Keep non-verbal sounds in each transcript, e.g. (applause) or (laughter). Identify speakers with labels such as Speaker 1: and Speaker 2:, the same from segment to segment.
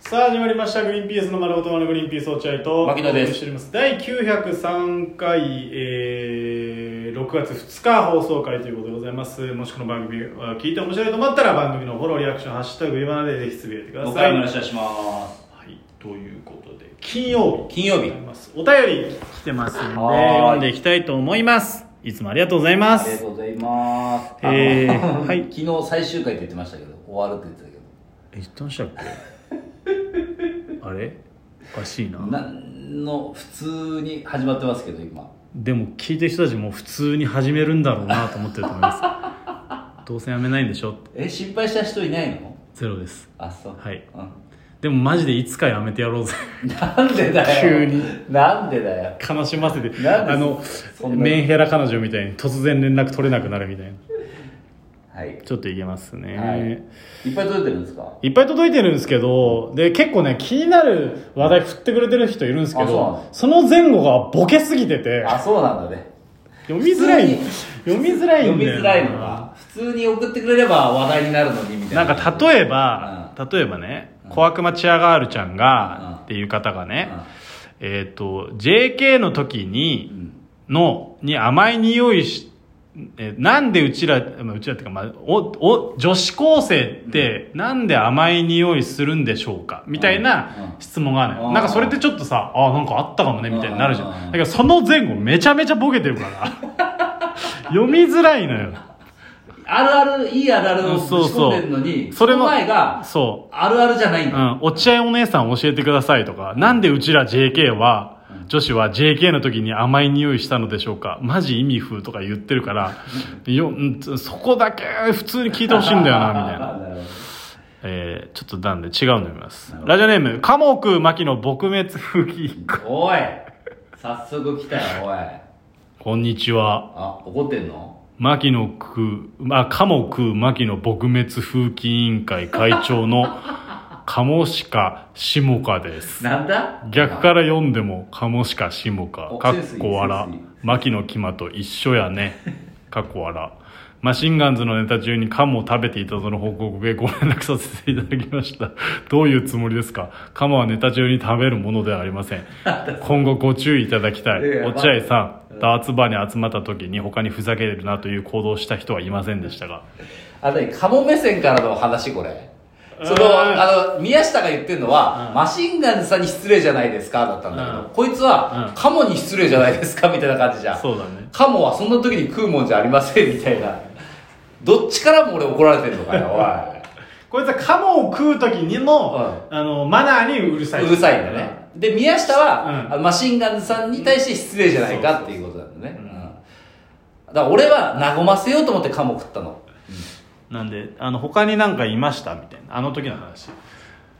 Speaker 1: さあ始まりました「グリーンピースの丸ごと丸グリーンピース落合」と
Speaker 2: 牧野で
Speaker 1: お送
Speaker 2: す
Speaker 1: りしております第903回、えー、6月2日放送回ということでございますもしこの番組が聞いて面白いと思ったら番組のフォローリアクション「ハッシュタグ今まで」ぜひつぶやいてくだ
Speaker 2: ご
Speaker 1: さい、
Speaker 2: 回お
Speaker 1: は
Speaker 2: 願いします
Speaker 1: い、ということで金曜日
Speaker 2: 金曜日
Speaker 1: になりますお便り来てますんで
Speaker 2: はーい
Speaker 1: 読んでいきたいと思いますいつもありがとうございま
Speaker 2: ありが
Speaker 1: す
Speaker 2: とうございますあの
Speaker 1: えーはい
Speaker 2: 昨日最終回って言ってましたけど終わるって言って
Speaker 1: え言ってましたっけあれおかしい
Speaker 2: たけどなんの普通に始まってますけど今
Speaker 1: でも聞いてる人たちも普通に始めるんだろうなと思ってると思います
Speaker 2: (laughs)
Speaker 1: どうせやめないんでしょって
Speaker 2: え心配した人いないの
Speaker 1: ゼロです
Speaker 2: あそう
Speaker 1: はい
Speaker 2: うん
Speaker 1: でもマジでいつかやめてや
Speaker 2: (laughs)
Speaker 1: ろうぜ
Speaker 2: なんでだよ
Speaker 1: 急に
Speaker 2: なんでだよ
Speaker 1: 悲しませて
Speaker 2: なんで
Speaker 1: あの
Speaker 2: そんな
Speaker 1: メンヘラ彼女みたいに突然連絡取れなくなるみたいな
Speaker 2: はい
Speaker 1: ちょっといけますね、
Speaker 2: はいいっぱい取れてるんですか
Speaker 1: いっぱい届いてるんですけど、で、結構ね、気になる話題振ってくれてる人いるんですけ
Speaker 2: あそうなん
Speaker 1: ど
Speaker 2: で、
Speaker 1: その前後がボケすぎてて、
Speaker 2: あそうなんだね
Speaker 1: 読みづらい
Speaker 2: 普通に、
Speaker 1: 読みづらい
Speaker 2: 読
Speaker 1: んだ
Speaker 2: み
Speaker 1: よな
Speaker 2: づらいのか普通に送ってくれれば話題になるのにみた
Speaker 1: ないん
Speaker 2: な
Speaker 1: か例えば、例えばね、小悪魔チアガールちゃんが、
Speaker 2: うん
Speaker 1: っていう方がね、
Speaker 2: うん
Speaker 1: えっ、と、JK の時
Speaker 2: う
Speaker 1: に、
Speaker 2: ん
Speaker 1: の、に甘い匂いし、えなんでうちら、まあうちらっていうか、まあ、お、お、女子高生って、なんで甘い匂いするんでしょうかみたい
Speaker 2: うんうん
Speaker 1: な質問があるのよ、
Speaker 2: うん
Speaker 1: なんかそれってちょっとさ、あ、なんかあったかもね、みたいになるじゃん。
Speaker 2: うんうんうん
Speaker 1: だけどその前後めちゃめちゃボケてる
Speaker 2: (laughs)
Speaker 1: から、読みづらいのよ。
Speaker 2: あるあるいいあるあるをぶち
Speaker 1: そうそ
Speaker 2: 込んでる
Speaker 1: う
Speaker 2: のに。
Speaker 1: それ
Speaker 2: の
Speaker 1: の
Speaker 2: 前が
Speaker 1: そう。
Speaker 2: あるあるじゃないん
Speaker 1: (laughs) う
Speaker 2: だ、
Speaker 1: ん、落合お姉さん教えてくださいとか、なんでうちら JK は、女子は JK の時に甘い匂いしたのでしょうかマジ意味風とか言ってるから、よんそこだけ普通に聞いてほしいんだよな、みたいな。
Speaker 2: なるほど
Speaker 1: えー、ちょっとなんで違うの読みます
Speaker 2: なる。ほど
Speaker 1: ラジオネーム、カモクマキの撲滅風紀。
Speaker 2: おい早速来たよおい
Speaker 1: こんにちは。
Speaker 2: あ怒ってんの
Speaker 1: マキノク、あ、カモクマキの撲滅風紀委員会会長の、カモシカシモカです。
Speaker 2: なんだ
Speaker 1: 逆から読んでも「カモシカシモカ」
Speaker 2: お
Speaker 1: 「かっ
Speaker 2: センスいい
Speaker 1: こわ
Speaker 2: セ
Speaker 1: ら
Speaker 2: ンスいい」
Speaker 1: 「牧野キマと一緒や (laughs) ね」「かっこわら」マシンガンズのネタ中にカモを食べていたとの報告へご連絡させていただきま (laughs) した。どういうつもりですかカモはネタ中に食べるもので (laughs) はありません。今後ご注意いただきた
Speaker 2: いやい
Speaker 1: い。
Speaker 2: や
Speaker 1: 落合さん、ダーツバーに集まった時に他にふざけるなという行動をした人はいませんでしたが。
Speaker 2: あれカモ目線からの話これその
Speaker 1: うん
Speaker 2: あの宮下が言ってるのは、マシンガンズさんに失礼じゃないですかだったんだけど、
Speaker 1: うん
Speaker 2: こいつは、
Speaker 1: うん
Speaker 2: カモに失礼じゃないですかみたいな感じじゃん
Speaker 1: そうだね。
Speaker 2: カモはそんな時に食うもんじゃありませんみたいなどっちからも俺怒られてるのかよおい
Speaker 1: こいつはカモを食う時にの、あの、マナーにうるさ
Speaker 2: うるさいんだね。で、宮下は
Speaker 1: う、ん
Speaker 2: あのマシンガンズさんに対して失礼じゃないかっていうことなんだね。うんだから俺は和ませようと思ってカモ食ったの。
Speaker 1: なんで、あの、他になんかいましたみたいな。あの時の話。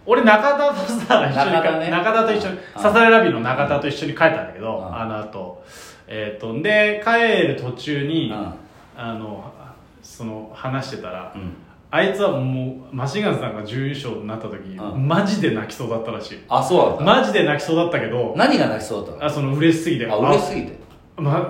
Speaker 1: 俺、中田とさ、一緒に
Speaker 2: 中田ね
Speaker 1: 中田と一緒に、
Speaker 2: うん
Speaker 1: サザエラビーの中田と一緒に帰ったんだけど、
Speaker 2: うん
Speaker 1: あの後。えっ、と、で、帰る途中に、
Speaker 2: うん
Speaker 1: あの、その、話してたら、
Speaker 2: うん
Speaker 1: あいつはもう、マシンガンズさんが準優勝になった時、
Speaker 2: うん
Speaker 1: マジで泣きそうだったらしい。
Speaker 2: あ、そうなんだ。
Speaker 1: マジで泣きそうだったけど、
Speaker 2: 何が泣きそうだった
Speaker 1: あその、嬉しすぎて。
Speaker 2: のあ、嬉しすぎて。
Speaker 1: ま、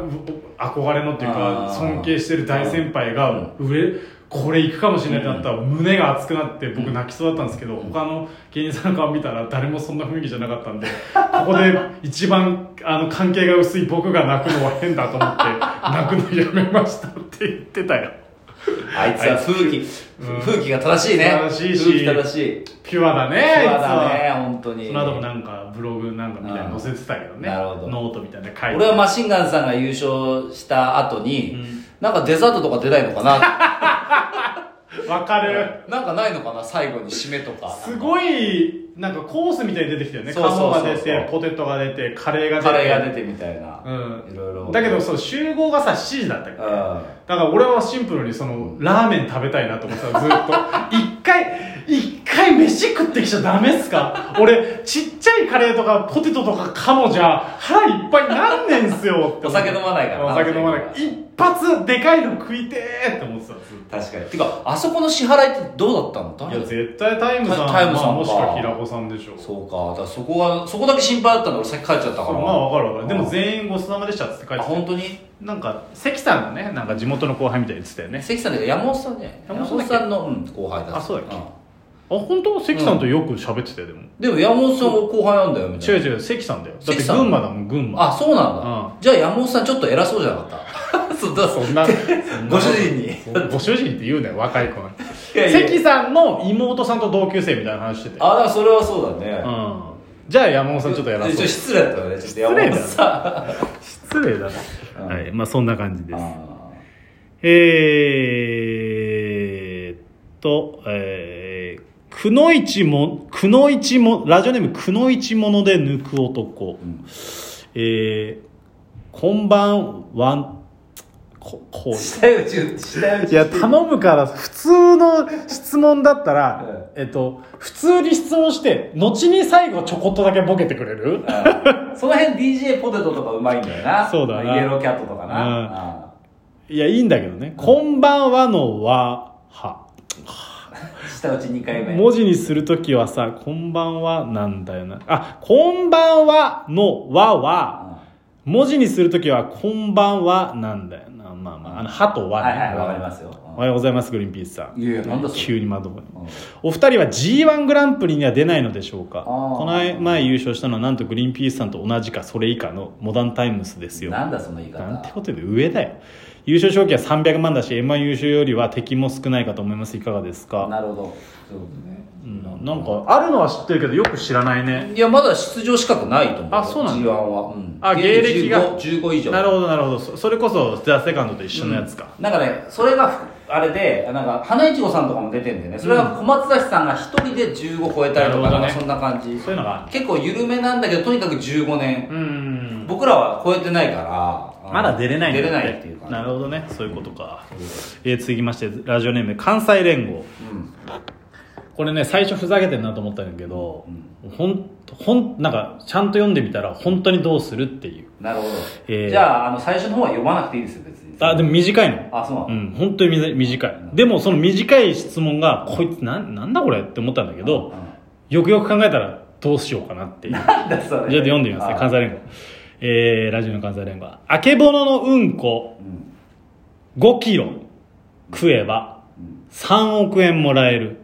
Speaker 1: 憧れのっていう
Speaker 2: あ
Speaker 1: か
Speaker 2: ー
Speaker 1: 尊敬してる大先輩が上、これ行くかもしれないってなったら胸が熱くなって僕泣きそうだったんですけど、他の芸人さんの顔見たら誰もそんな雰囲気じゃなかったんでここで一番あの関係が薄い僕が泣くのは変だと思
Speaker 2: (laughs)
Speaker 1: って泣くのやめましたって言ってたよ
Speaker 2: あいつは風紀、
Speaker 1: うん
Speaker 2: 風紀が正しいね。
Speaker 1: 正しいし
Speaker 2: 風紀正しい。
Speaker 1: ピュアだね
Speaker 2: ピュア
Speaker 1: あいつは
Speaker 2: だね、本当に。
Speaker 1: その後もなんかブログなんかみたいに載せてたけどね
Speaker 2: なるほど
Speaker 1: ノートみたいなの書いて
Speaker 2: 俺はマシンガンズさんが優勝した後に
Speaker 1: ん、
Speaker 2: なんかデザートとか出ないの
Speaker 1: (laughs)
Speaker 2: かな
Speaker 1: わかる
Speaker 2: なんかないのかな最後に締めとか。
Speaker 1: すごいなんかコースみたいに出てきたよね
Speaker 2: そうそうそうそう
Speaker 1: カモが出てポテトが出てカレーが出て
Speaker 2: カレーが出てみたいな。
Speaker 1: うん
Speaker 2: いろいろ。
Speaker 1: だけどそう集合がさ7時だったっけ
Speaker 2: う
Speaker 1: だ
Speaker 2: ん。
Speaker 1: から俺はシンプルにそのラーメン食べたいなと思ってたずっと
Speaker 2: (laughs)
Speaker 1: 一回一回飯食ってきちゃダメっすか俺ちっちゃいカレーとかポテトとかカモじゃ腹いっぱいになんねんすよって思って
Speaker 2: お酒飲まないから
Speaker 1: お酒飲まないから
Speaker 2: あの時
Speaker 1: 一発でかいの食いてーって思ってたずっと
Speaker 2: 確かにてかあそこの支払いってどうだったの
Speaker 1: い
Speaker 2: 誰
Speaker 1: や絶対タイムさん
Speaker 2: タイムさんか
Speaker 1: まあもしか平子さんでしょう
Speaker 2: そうかだからそこはそこだけ心配だったんだ俺先帰っちゃったか
Speaker 1: そ
Speaker 2: ら
Speaker 1: うまあわかるわかるでも全員ごちそうさまでしたって書い
Speaker 2: あ
Speaker 1: て
Speaker 2: 本
Speaker 1: て
Speaker 2: 当に
Speaker 1: なんか関さんがねなんか地元の後輩みたいに言ってたよね
Speaker 2: 関さんで山本さんね
Speaker 1: 山
Speaker 2: 山
Speaker 1: 本
Speaker 2: 本
Speaker 1: さ
Speaker 2: さ
Speaker 1: ん
Speaker 2: んの、うん、後輩だ
Speaker 1: あそうだっけ
Speaker 2: ん
Speaker 1: 本当関さんとよく喋ってたよでも
Speaker 2: でも山本さんも後輩なんだよみた
Speaker 1: 違う
Speaker 2: いな
Speaker 1: 違う関さんだよだって
Speaker 2: 関さん
Speaker 1: 群馬だもん群馬
Speaker 2: あそうなんだ、
Speaker 1: う
Speaker 2: じゃあ山本さんちょっと偉そうじゃなかった (laughs) そうだ
Speaker 1: そ (laughs) んな
Speaker 2: ご主人 (laughs) に
Speaker 1: ご主人って言うなよ若い子に
Speaker 2: やいや
Speaker 1: 関さんの妹さんと同級生みたいな話してて
Speaker 2: あだからそれはそうだね、
Speaker 1: うんじゃあ山本さんちょっとやら
Speaker 2: ち
Speaker 1: そう
Speaker 2: 失礼だったねちょっと山
Speaker 1: 礼だ
Speaker 2: 本さ
Speaker 1: 失礼だ
Speaker 2: うん
Speaker 1: なはいまあそんな感じ
Speaker 2: ん
Speaker 1: です
Speaker 2: あ
Speaker 1: えーっと、えー、くのいちも、くのいちも、ラジオネームくのいちもので抜く男。
Speaker 2: ん
Speaker 1: えー、こんばんは、こ、こ
Speaker 2: ー下打ち下打ち
Speaker 1: いや、頼むから、普通の質問だったら、 (laughs) えっと、普通に質問して、後に最後ちょこっとだけボケてくれる
Speaker 2: うんその辺 DJ ポテトとかうまいんだよな
Speaker 1: そうだな
Speaker 2: イエローキャットとかな、
Speaker 1: うん
Speaker 2: あ
Speaker 1: いや、いいんだけどね。こんばんはのは、は。
Speaker 2: ー下打ち2回目
Speaker 1: 文字にするときはさ、こんばんはなんだよな。あ、こんばんはのはは、文字にするときはこんばんはなんだよな。まあまあ、あの、はと
Speaker 2: うん
Speaker 1: は
Speaker 2: は
Speaker 1: ね
Speaker 2: いはいわかりますよ、
Speaker 1: おはようございます、グリーンピースさん。
Speaker 2: いやいやなんだそれ
Speaker 1: 急に窓が
Speaker 2: うん
Speaker 1: お二人は G1 グランプリには出ないのでしょうか
Speaker 2: ー
Speaker 1: この前優勝したのはなんとグリーンピースさんと同じかそれ以下のモダンタイムスですよ。
Speaker 2: なんだその言い方
Speaker 1: なんてことで上だよ。優勝賞金は300万だし、M1 優勝よりは敵も少ないかと思います。いかがですか
Speaker 2: なるほどそういうことね
Speaker 1: うんなんかあるのは知ってるけどよく知らないね
Speaker 2: いやまだ出場資格ないと思う
Speaker 1: あそうなんだ
Speaker 2: G1 は、うん、
Speaker 1: あ芸歴が
Speaker 2: 15, 15以上
Speaker 1: なるほどなるほどそそれこそ「ザ・セカンドと一緒のやつか、
Speaker 2: なんかねそれがあれでなんか花いちごさんとかも出てんだよねそれは小松崎さんが1人で15超えたりと
Speaker 1: なる
Speaker 2: か
Speaker 1: ほどね
Speaker 2: なんかそんな感じ
Speaker 1: そういうのが
Speaker 2: 結構緩めなんだけどとにかく15年、
Speaker 1: うん
Speaker 2: 僕らは超えてないから
Speaker 1: まだ出れないんだ
Speaker 2: 出
Speaker 1: って
Speaker 2: れないっていうか
Speaker 1: なるほどねそういうことか、えー続きましてラジオネーム関西連合
Speaker 2: うん
Speaker 1: これね最初ふざけてんなと思ったんだけど、ほんほんなんかちゃんと読んでみたら本当にどうするっていう
Speaker 2: なるほど、
Speaker 1: えー
Speaker 2: じゃああの最初の方は読まなくていいですよ別に
Speaker 1: あでも短いの
Speaker 2: あそうなの、
Speaker 1: うん、本当にみ短い。でも、その短い質問が、こいつ、なん、なんだこれって思ったんだけど、よくよく考えたら、どうしようかなっていう。
Speaker 2: なん
Speaker 1: じ
Speaker 2: だそれ
Speaker 1: ゃあ読んでみますね、
Speaker 2: あ
Speaker 1: 関西連合。えー、ラジオの関西連合。あけぼののうんこ、
Speaker 2: うん
Speaker 1: 5キロ食えば、3億円もらえる。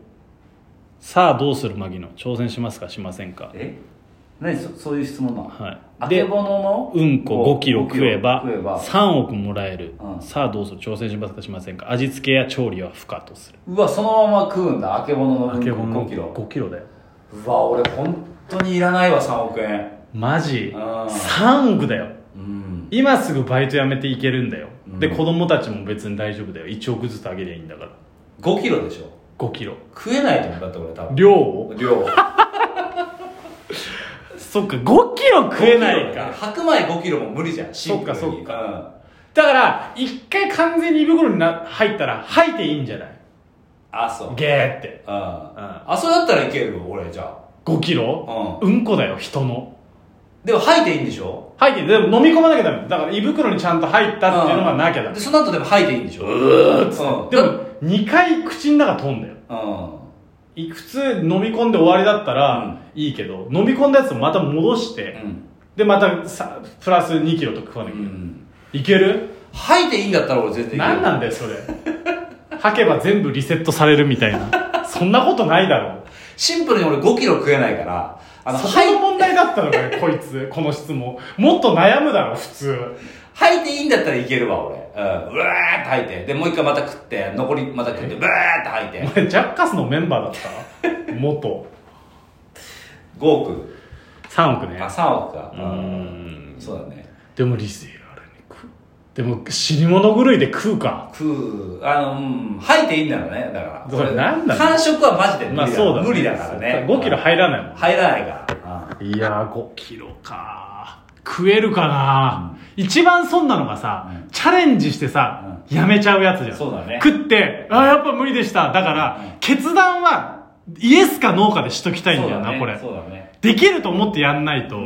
Speaker 1: さあ、どうするマギノ挑戦しますかしませんか
Speaker 2: え何そそういう質問なの
Speaker 1: はい。
Speaker 2: あけ
Speaker 1: で、
Speaker 2: ぼのの
Speaker 1: うんこ5キロ食えば、
Speaker 2: 食えば
Speaker 1: 3億もらえる
Speaker 2: う。ん
Speaker 1: さあ、どうする挑戦しますかしませんか味付けや調理は不可とする。
Speaker 2: うわそのまま食うんだあけぼのの
Speaker 1: あ
Speaker 2: うん
Speaker 1: けぼ
Speaker 2: こ
Speaker 1: の
Speaker 2: 5キロ
Speaker 1: 5キロだよ。
Speaker 2: うわ俺本当にいらないわ3億円
Speaker 1: マジ
Speaker 2: あー
Speaker 1: ?3 億だよ。
Speaker 2: うん
Speaker 1: 今すぐバイト辞めていけるんだよ、
Speaker 2: うん
Speaker 1: で子供たちも別に大丈夫だよ1億ずつあげりゃいいんだから
Speaker 2: 5キロでしょ
Speaker 1: 5キロ
Speaker 2: 食えないと思うんだって俺多分
Speaker 1: 量を
Speaker 2: 量
Speaker 1: そっか5キロ (laughs) 食えないか
Speaker 2: 白米5キロも無理じゃんシンプルに
Speaker 1: そっかそっだから一回完全に胃袋にな入ったら吐いていいんじゃない
Speaker 2: うん、あそううん
Speaker 1: ゲーって
Speaker 2: あそうだったらいけるよ俺じゃあ
Speaker 1: 5キロ、うん、こだよ人の
Speaker 2: でも吐いていいんでしょ
Speaker 1: 吐いてでも飲み込まなきゃダメだから胃袋にちゃんと入ったっていうのがなきゃダメ
Speaker 2: で、その後でも吐いていいんでしょうーっつって
Speaker 1: でも2回口の中飛んだよい普通飲み込んで終わりだったらいいけど、飲み込んだやつをまた戻して、でまたさプラス2キロと食わな
Speaker 2: う
Speaker 1: きゃ
Speaker 2: ん、う
Speaker 1: いけない、
Speaker 2: ん、
Speaker 1: いける
Speaker 2: 吐いていいんだったら俺全然いける
Speaker 1: 何なんだよそれ吐けば全部リセットされるみたいなそんなことないだろう
Speaker 2: シンプルに俺5キロ食えないからあの
Speaker 1: そ
Speaker 2: 吐
Speaker 1: こ
Speaker 2: い
Speaker 1: の問題だったのかよこいつこの質問もっと悩むだろ普通
Speaker 2: 吐いていいんだったらいけるわ俺、うん、うわーって吐いてでもう一回また食って残りまた食ってブワーって吐い
Speaker 1: お
Speaker 2: て
Speaker 1: 前ジャッカスのメンバーだった元
Speaker 2: 5億
Speaker 1: 3億ね
Speaker 2: あ3億か
Speaker 1: うーん
Speaker 2: そうだね
Speaker 1: でもリセあれに食うでも死に物狂いで食うか
Speaker 2: 食うあのうん吐いていいんだろうねだから
Speaker 1: それなんなの
Speaker 2: 感触はマジで無理だ,、
Speaker 1: まあそうだ、ね、
Speaker 2: 無理だからね
Speaker 1: 5キロ入らないもん
Speaker 2: 入らないから、
Speaker 1: いやー、5キロか食えるかな、一番損なのがさ、チャレンジしてさ、やめちゃうやつじゃん。
Speaker 2: そうだね
Speaker 1: 食って、あーやっぱ無理でした。だから、決断は、イエスかノーかでしときたいんだよな、
Speaker 2: ね
Speaker 1: これ。
Speaker 2: そうだね
Speaker 1: できると思ってやんないと、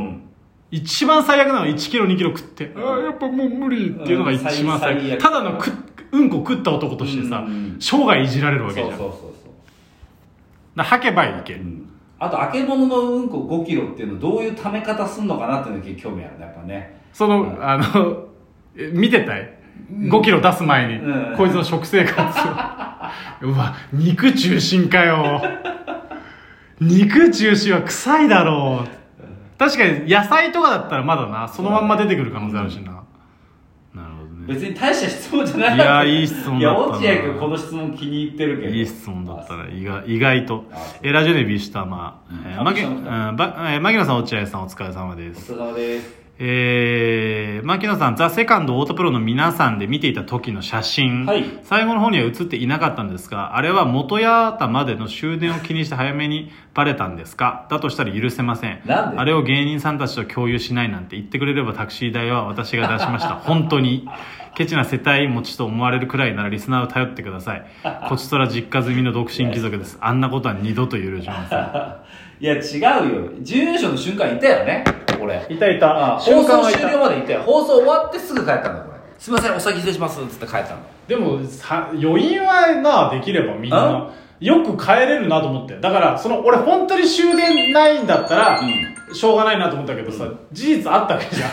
Speaker 1: 一番最悪なのは1キロ2キロ食って、ああやっぱもう無理っていうのが一番最悪、
Speaker 2: うん最悪
Speaker 1: ただの食っうんこ食った男としてさ、
Speaker 2: うん
Speaker 1: 生涯いじられる
Speaker 2: そ
Speaker 1: わけじ
Speaker 2: うそ
Speaker 1: ゃ
Speaker 2: うんそうそう
Speaker 1: だから吐けばいける、
Speaker 2: あと、あけぼののうんこ5キロっていうの、どういう溜め方すんのかなっていうのが興味あるね、やっぱね。
Speaker 1: その、あの、え見てたい ?5 キロ出す前に、
Speaker 2: う
Speaker 1: (laughs)
Speaker 2: ん
Speaker 1: こいつの食生活を。うわ、肉中心かよ。肉ジューシーは臭いだろう確かに野菜とかだったらまだなそのまんま出てくる可能性あるしな、なるほどね
Speaker 2: 別に大した質問じゃない
Speaker 1: いやいい質問だったない
Speaker 2: や落合君この質問気に入ってるけど
Speaker 1: いい質問だった
Speaker 2: あ
Speaker 1: ら意外意外と
Speaker 2: あそう
Speaker 1: えラジオネビー下ま
Speaker 2: うん
Speaker 1: えーまき
Speaker 2: あ
Speaker 1: う
Speaker 2: そうなん
Speaker 1: んばえー牧野さん落合さんお疲れ様で
Speaker 2: お
Speaker 1: す
Speaker 2: 疲れ様です
Speaker 1: えー、牧野さん、ザ・セカンド・オートプロの皆さんで見ていた時の写真、
Speaker 2: はい
Speaker 1: 最後の方には写っていなかったんですが、あれは元八幡までの終電を気にして早めにバレたんですかだとしたら許せません。
Speaker 2: なんで
Speaker 1: あれを芸人さんたちと共有しないなんて言ってくれればタクシー代は私が出しま
Speaker 2: (laughs)
Speaker 1: した。本当に。ケチな世帯持ちと思われるくらいならリスナーを頼ってください。こちとら実家済みの独身貴族です。あんなことは二度と許しません。
Speaker 2: いや違うよ準優勝の瞬間いたよね俺
Speaker 1: いたいた
Speaker 2: あ放送終了までいたよ放送終わってすぐ帰ったんだこれすいませんお先失礼しますっつって帰ったの
Speaker 1: でもさ余韻はなできればみんなよく帰れるなと思ってだからその俺本当に終電ないんだったら、
Speaker 2: う
Speaker 1: しょうがないなと思ったけどさ、事実あったわけじゃ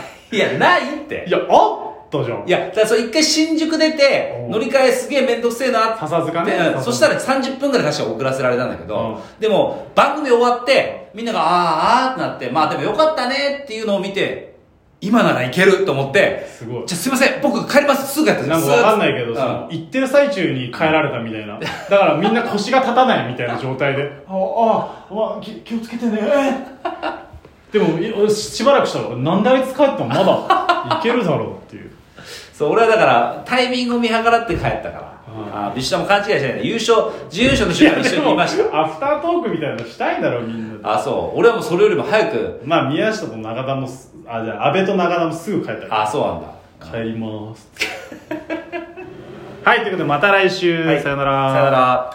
Speaker 1: ん
Speaker 2: いやないって
Speaker 1: いやあったじゃん
Speaker 2: いや、だからそれ一回新宿出て
Speaker 1: う、ん
Speaker 2: 乗り換えすげえめんどくせえなって。
Speaker 1: 笹塚ね
Speaker 2: でそしたら30分ぐらい確か遅らせられたんだけど、でも番組終わって、みんながあーあーってなって、まあでもよかったねっていうのを見て、今ならいけると思って、
Speaker 1: すごい
Speaker 2: じゃあすいません、僕帰ります、すぐやった
Speaker 1: なんかわかんないけ
Speaker 2: う
Speaker 1: どその行ってる最中に帰られたみたいなだからみんな腰が立たないみたいな状態であああ、まあ、き気をつけてねでもい俺しばらくしたらなんであいつ帰ったのまだいけるだろうっていう
Speaker 2: そう、俺はだから、タイミングを見計らって帰ったから。
Speaker 1: うん
Speaker 2: あービシュタも勘違いしてないね。優勝、準優勝の瞬間一緒に見ました。
Speaker 1: アフタートークみたいなのしたいんだろみんなで
Speaker 2: あ、そう。俺はもうそれよりも早く、
Speaker 1: まあ宮下と中田もすあじゃあ安倍と中田もすぐ帰ったから
Speaker 2: あ、そうなんだ。
Speaker 1: 帰ります (laughs) はいということでまた来週、
Speaker 2: はい
Speaker 1: さよなら
Speaker 2: さよなら。